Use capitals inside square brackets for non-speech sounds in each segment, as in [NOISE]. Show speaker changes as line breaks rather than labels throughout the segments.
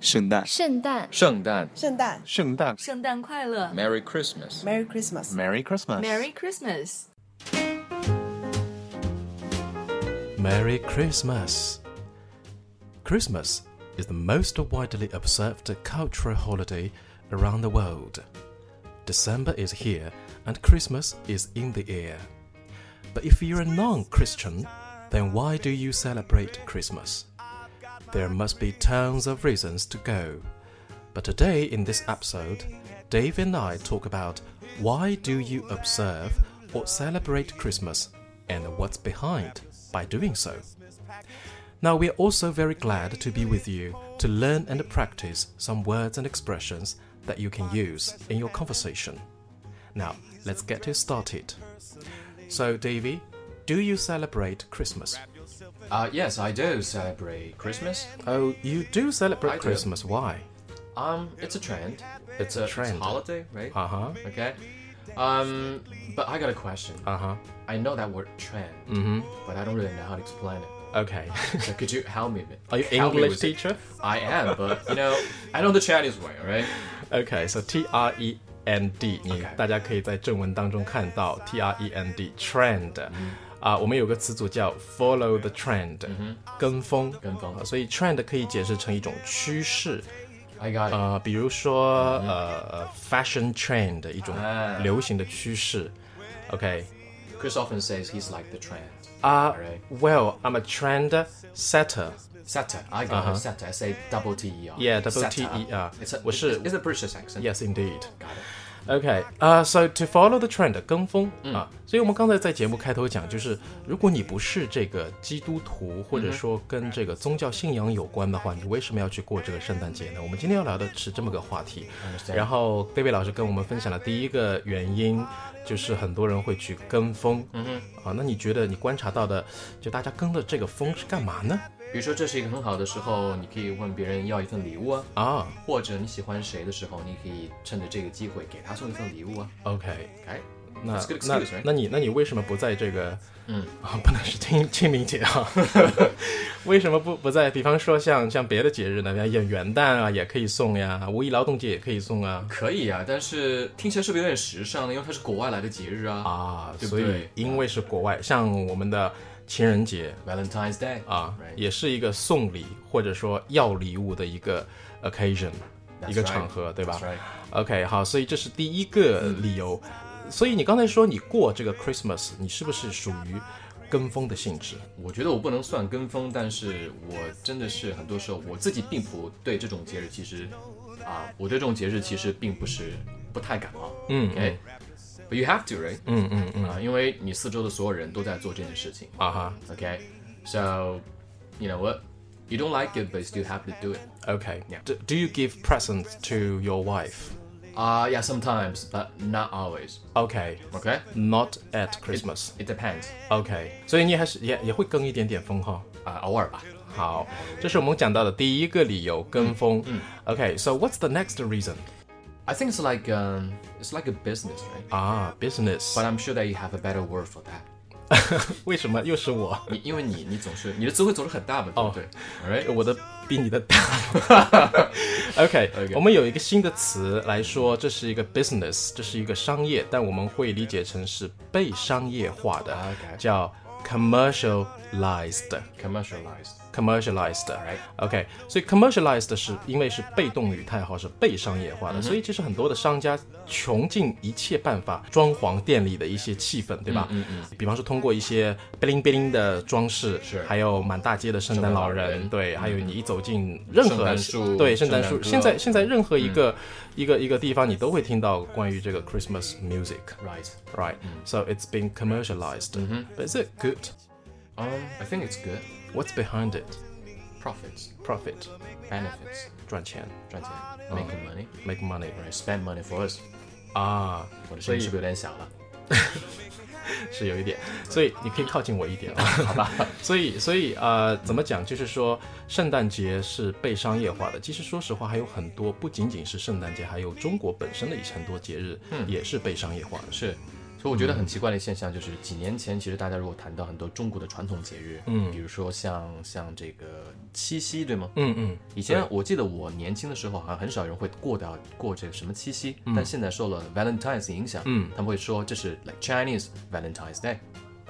圣诞，
圣诞
圣诞
圣诞
圣诞
圣诞快乐
，Merry Christmas。
，Merry Christmas。
，Merry Christmas，
，Merry Christmas。
Merry Christmas! Christmas is the most widely observed cultural holiday around the world. December is here and Christmas is in the air. But if you're a non Christian, then why do you celebrate Christmas? There must be tons of reasons to go. But today in this episode, Dave and I talk about why do you observe or celebrate Christmas and what's behind by doing so. Now we are also very glad to be with you to learn and practice some words and expressions that you can use in your conversation. Now let's get it started. So Davy, do you celebrate Christmas?
Uh, yes, I do celebrate Christmas.
Oh, you do
I
celebrate
do.
Christmas. Why?
Um, it's a trend.
It's a trend.
holiday, right?
Uh huh.
Okay. Um, but I got a question.
Uh huh.
I know that word trend,
Mhm.
but I don't really know how to explain it.
Okay. [LAUGHS]
So could you help me? with-
Are you
help me
English
with it?
teacher?
I am, but you know, I know the Chinese way, all right?
Okay, so T R E N D，你
Okay
大家可以在正文当中看到 T R E N D trend。啊，
嗯
我们有个词组叫 follow the trend，跟风，
跟风
啊所以 trend 可以解释成一种趋势，
I got it.
呃，比如说
嗯
呃 fashion trend 一种
哎
流行的趋势。OK，
Chris often says he's like the trend.
啊
Alright.
，Well，I'm a trend setter。
Setter. I got it. Setter. I say Uh-huh. double T E R.
Yeah, double
Setter.
T-E-R.
It's a,
我是-
it's a British accent.
Yes, indeed.
Got it.
OK，啊、s o to follow the trend 跟风、啊，所以我们刚才在节目开头讲，就是如果你不是这个基督徒，或者说跟这个宗教信仰有关的话，你为什么要去过这个圣诞节呢？我们今天要聊的是这么个话题。
Understand.
然后 David 老师跟我们分享了第一个原因，就是很多人会去跟风。嗯哼，啊，那你觉得你观察到的，就大家跟着这个风是干嘛呢？
比如说这是一个很好的时候，你可以问别人要一份礼物啊，
啊
或者你喜欢谁的时候，你可以趁着这个机会给他送一份礼物啊。
，OK，
哎，
那
That's a good
那
excuse, right?
那你那你为什么不在这个嗯啊不能是清清明节啊？ [LAUGHS] 为什么不不在？比方说像像别的节日呢，像元旦啊也可以送呀，五一劳动节也可以送啊
可以啊，但是听起来是不是有点时尚呢？因为它是国外来的节日啊
啊，
对不
所以
对
因为是国外，像我们的情人节
，Valentine's Day
啊
right.，
也是一个送礼或者说要礼物的一个 occasion，
That's
一个
right.
场合，对吧
That's right. 嗯
OK，好，所以这是第一个理由。所以你刚才说你过这个 Christmas，你是不是属于跟风的性质？
我觉得我不能算跟风，但是我真的是很多时候我自己并不对这种节日其实啊，我对这种节日其实并不是不太感冒。
嗯
OK，But、you have to right？
嗯嗯嗯
啊，因为你四周的所有人都在做这件事情。
啊哈
Okay, so you know what? You don't like it, but you still have to do it.
，OK
Yeah.
Do- Do you give presents to your wife?
Uh, yeah, sometimes, but not always.
OK,
Okay,
not at Christmas.
it depends.
OK，所以你还是也也会跟一点点风哈。
Uh, 偶尔吧。
好，这是我们讲到的第一个理由，跟风。OK, so what's the next reason?
I think it's like um, it's like a business, right?
啊，business Ah,
But。I'm sure that you have a better word for that.
为什么又是我？
你因为你你总是你的词汇总是很大嘛，对不对、a l right，
哎我的比你的大。OK，,
[LAUGHS] OK
我们有一个新的词来说，这是一个 business，这是一个商业，但我们会理解成是被商业化的
啊 OK
叫 commercialized。
commercialized。
commercialized。
Alright
OK，所以 commercialized 是因为是被动语态号，是被商业
嗯
化的，所以其实很多的商家穷尽一切办法装潢店里的一些气氛，对吧？嗯嗯比方说通过一些 bling bling 的装饰，
是
还有满大街的圣诞老
圣
人，
诞老人嗯
对，还有你一走进任
圣
何
诞树嗯
对圣诞
圣
树，
诞歌
现在现在任何一个、一个一个地方，你都会听到关于这个 Christmas music。
Right.
Right,
嗯
so it's been commercialized,
Mm-hmm.
but is it good?
Um, I think it's good.
What's behind it?
Profits,
Profit,
benefits,
赚钱。
赚钱，making Uh, money,
make money
right? Spend money for us.
啊，
我的声音是不是有点小了？
是有一点，所以你可以靠近我
[LAUGHS]
一点，啊好吧？所以，所以呃，怎么讲？就是说，圣诞节是被商业化的。其实，说实话，还有很
嗯
多，不仅仅是圣诞节，还有中国本身的一些很多节日，也是被商业化的。
是，所以我觉得
嗯
很奇怪的现象就是，几年前其实大家如果谈到很多中国的传统节日，嗯，比如说像像这个七夕，对吗？
嗯嗯，
以前我记得我年轻的时候，好像很少有人会过到过这个什么七夕，
嗯
但现在受了 Valentine's 影响，嗯，他们会说这是 like Chinese Valentine's Day，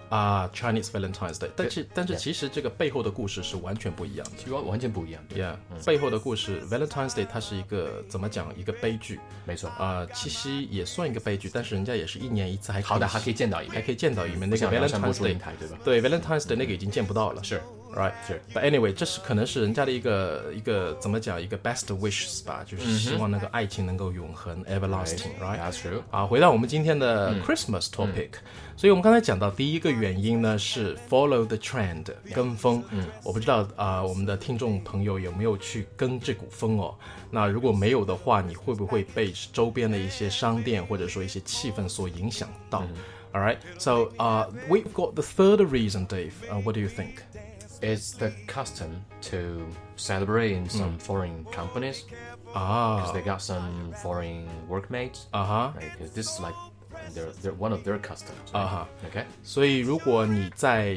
啊，Chinese Valentine's Day，但是但是其实这个背后的故事是完全不一样的。
其实完完全不一样，对，嗯
Yeah，、背后的故事，Valentine's Day 它是一个怎么讲一个悲剧
没错，
啊、七夕也算一个悲剧，但是人家也是一年一次还可以，
好歹还可以见到一
还
面，
可以见到一面。那
不
个
像梁山伯
Valentine's
祝英
Day，
台，对吧？
对 Valentine's Day 那个已经见不到了，
是
，right？
是
But anyway，这是可能是人家的一个一个怎么讲一个 best wishes 吧，就是希望那个爱情能够永恒 everlasting，right？
嗯，That's true，嗯
啊，回到我们今天的 Christmas topic，、所以我们刚才讲到第一个原因呢是 follow the trend 跟风。嗯，我不知道啊、我们的听众朋友有没有去跟这股风哦？那如果没有的话，你会不会被周边的一些商店或者说一些气氛所影响到、a
嗯
l right, so uh, we've got the third reason, Dave. Uh, what do you think?
It's the custom to celebrate in
Mm.
some foreign companies because
啊
they got some foreign workmates.
啊哈
right? Because this is like they're, they're one of their customs.
啊哈！
Okay，
所以如果你在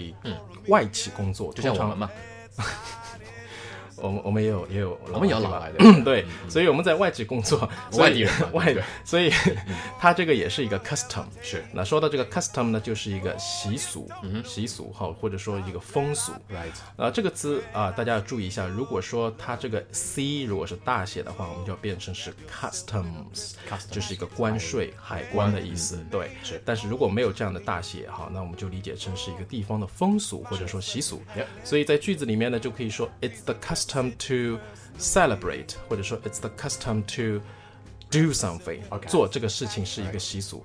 外企工作，
就
就
像我们嘛，
我们我们也有也有
我们也有
对
老
吧
外的，
[LAUGHS]
嗯
对，所以我们在外企工作，所以
外地人嘛
外
对，嗯
所以 [LAUGHS] 它这个也是一个 custom。
是嗯
那说到这个 custom 呢，就是一个习俗，习俗哈，或者说一个风俗。
right
啊、这个字啊、大家要注意一下。如果说它这个 c 如果是大写的话，我们就要变成是 customs，
Customs 嗯
就是一个关税、海关的意思。对，
是
但是如果没有这样的大写哈，那我们就理解成是一个地方的风俗或者说习俗。
Yep
所以在句子里面呢，就可以说 it's the custom to celebrate，或者说 it's the custom to do something，、
OK
做这个事情是一个习俗。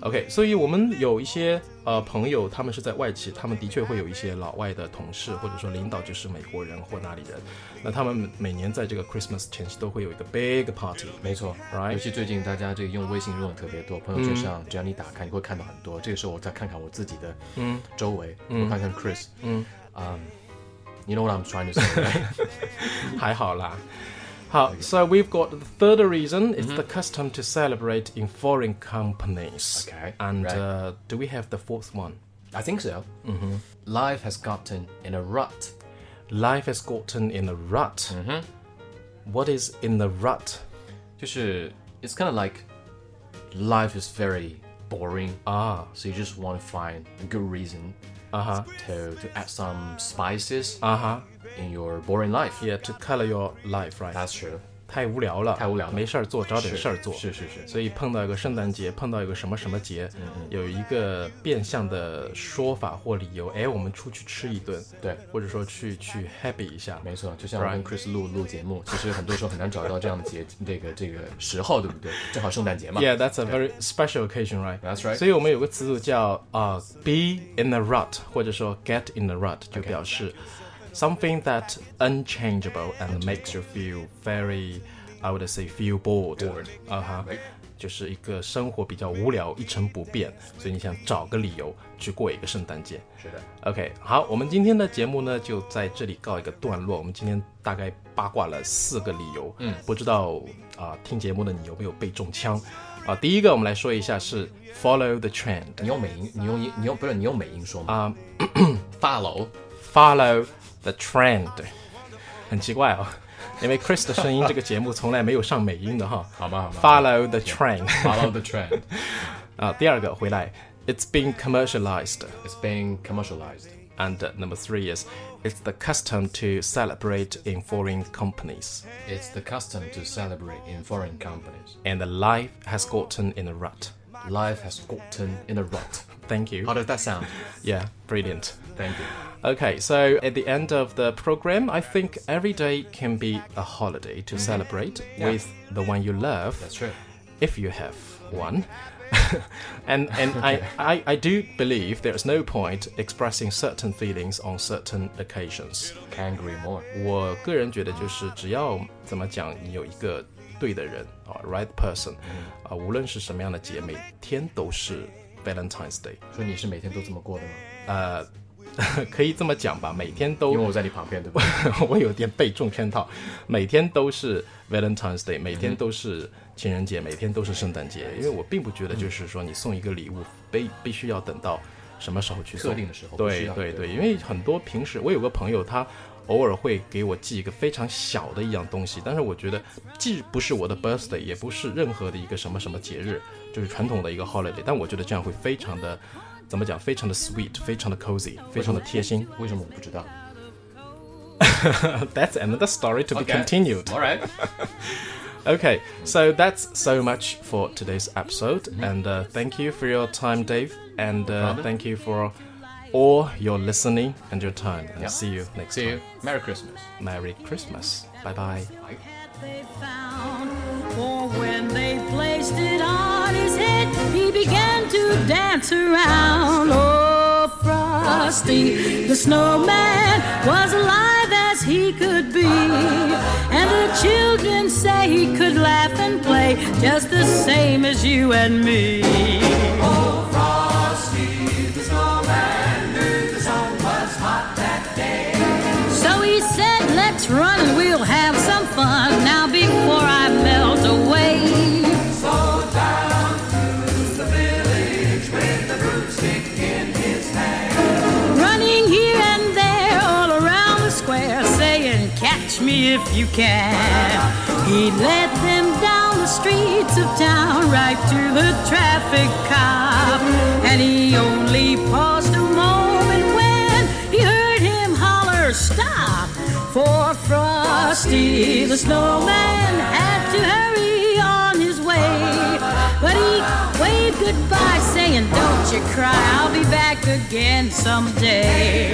OK，所以我们有一些呃朋友，他们是在外企，他们的确会有一些老外的同事或者说领导就是美国人或哪里人，那他们每年在这个 Christmas 前夕都会有一个 big party。
没错
Right
尤其最近大家这个用微信用的特别多，朋友圈上只要你打开，你会看到很多。这个时候我再看看我自己的周围，我看看 Chris，嗯，You know what I'm trying to say？right? [LAUGHS]
还好啦。好，so we've got the third reason. It's
Mm-hmm
the custom to celebrate in foreign companies.
Okay,
And
right.
uh, do we have the fourth one?
I think so. Life has gotten in a rut.
Life has gotten in a rut.
Mm-hmm
What is in the rut?
就是 it's kind of like life is very boring.
啊
So you just want to find a good reason Uh-huh.
啊哈
to to add some spices
啊哈
in your boring life.
，Yeah, to color your life, right?
That's true.
太无聊了，
太无聊了
没事儿做，找点事儿做。
是是是嗯是
所以碰到一个圣诞节，碰到一个什么什么节，有一个变相的说法或理由，哎，我们出去吃一顿，
对
或者说去去 happy 一下，
没错，就像我跟 Chris 录录节目，其实很多时候很难找到这样的节这个这个时候，对不对？正好圣诞节嘛。
Yeah, that's a very special occasion, right?
That's right.
所以我们有个词组叫啊、be in the rut，或者说 get in the rut，就表示 something that unchangeable and makes you feel very, I would say feel bored.
Bored.
啊哈
Right.，
就是一个生活比较无聊、一成不变，所以你想找个理由去过一个圣诞节。
是的，
OK，好，我们今天的节目呢就在这里告一个段落。我们今天大概八卦了四个理由，嗯，不知道啊、听节目的你有没有被中枪？啊、第一个我们来说一下是 follow the trend，follow
你用美音，你用英，你用不是你用美音说吗？[COUGHS]
Um
啊，发楼
the trend，很奇怪哦，因为 Chris 的声音这个节目从来没有上美音的哈。
[LAUGHS] 好吧好吧
follow the trend，
，follow the trend.
啊、第二个回来，it's been commercialized。
It's being commercialized.
And uh, number three is, it's the custom to celebrate in foreign companies.
It's the custom to celebrate in foreign companies.
and the life has gotten in a rut.
Life has gotten in a rut.
Thank you.
How does that sound?
Yeah, brilliant.
Thank you.
Okay, so at the end of the program, I think every day can be a holiday to celebrate with the one you love,
That's true.
if you have one. [LAUGHS] and and
[LAUGHS]
I, I, I do believe there's no point expressing certain feelings on certain occasions.
Can't agree more.
我个人觉得，就是只要怎么讲，你有一个对的人啊，right person，啊，无论是什么样的节，每天都是 Valentine's Day。
所以你是每天都这么过的吗？
呃，可以这么讲吧，每天都
因为我在你旁边，对吧？
[LAUGHS] 我有点被中圈套，每天都是 Valentine's Day，每天都是情人节，每天都是圣诞节，
嗯
因为我并不觉得就是说你送一个礼物必必须要等到什么时候去送，
特定的时候不需
对
要
对对，因为很多平时我有个朋友他。偶尔会给我寄一个非常小的一样东西，但是我觉得既不是我的 birthday，也不是任何的一个什么什么节日，就是传统的一个 holiday。但我觉得这样会非常的，怎么讲？非常的 sweet，非常的 cozy，非常的贴心。
为什么我不知道
That's another story to be
Okay.
continued.
？All right，
Okay, so that's so much for today's episode,
Mm-hmm.
and uh, thank you for your time, Dave, and uh,
problem.
thank you for all your listening and your time. And
Yeah.
see you next
see you.
time.
Merry Christmas.
Merry Christmas. Bye bye.
Bye.
they found. For when they placed it on his head, he began to dance around. Oh, Frosty, the snowman was alive as he could be. And the children say he could laugh and play just the same as you and me. So he said, let's run and we'll have some fun now before I melt away. So down to the village with the broomstick in his hand. Running here and there all around the square saying, catch me if you can. He led them down the streets of town right to the traffic cop. And he only paused a moment when he heard him holler, stop! For Frosty the snowman had to hurry on his way. But he waved goodbye, saying, Don't you cry, I'll be back again someday.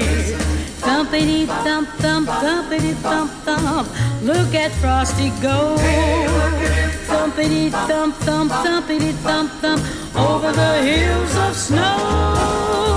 Thumpity thump thump, thumpity thump thump, look at Frosty go. Thumpity thump thump, thumpity thump thump, over the hills of snow.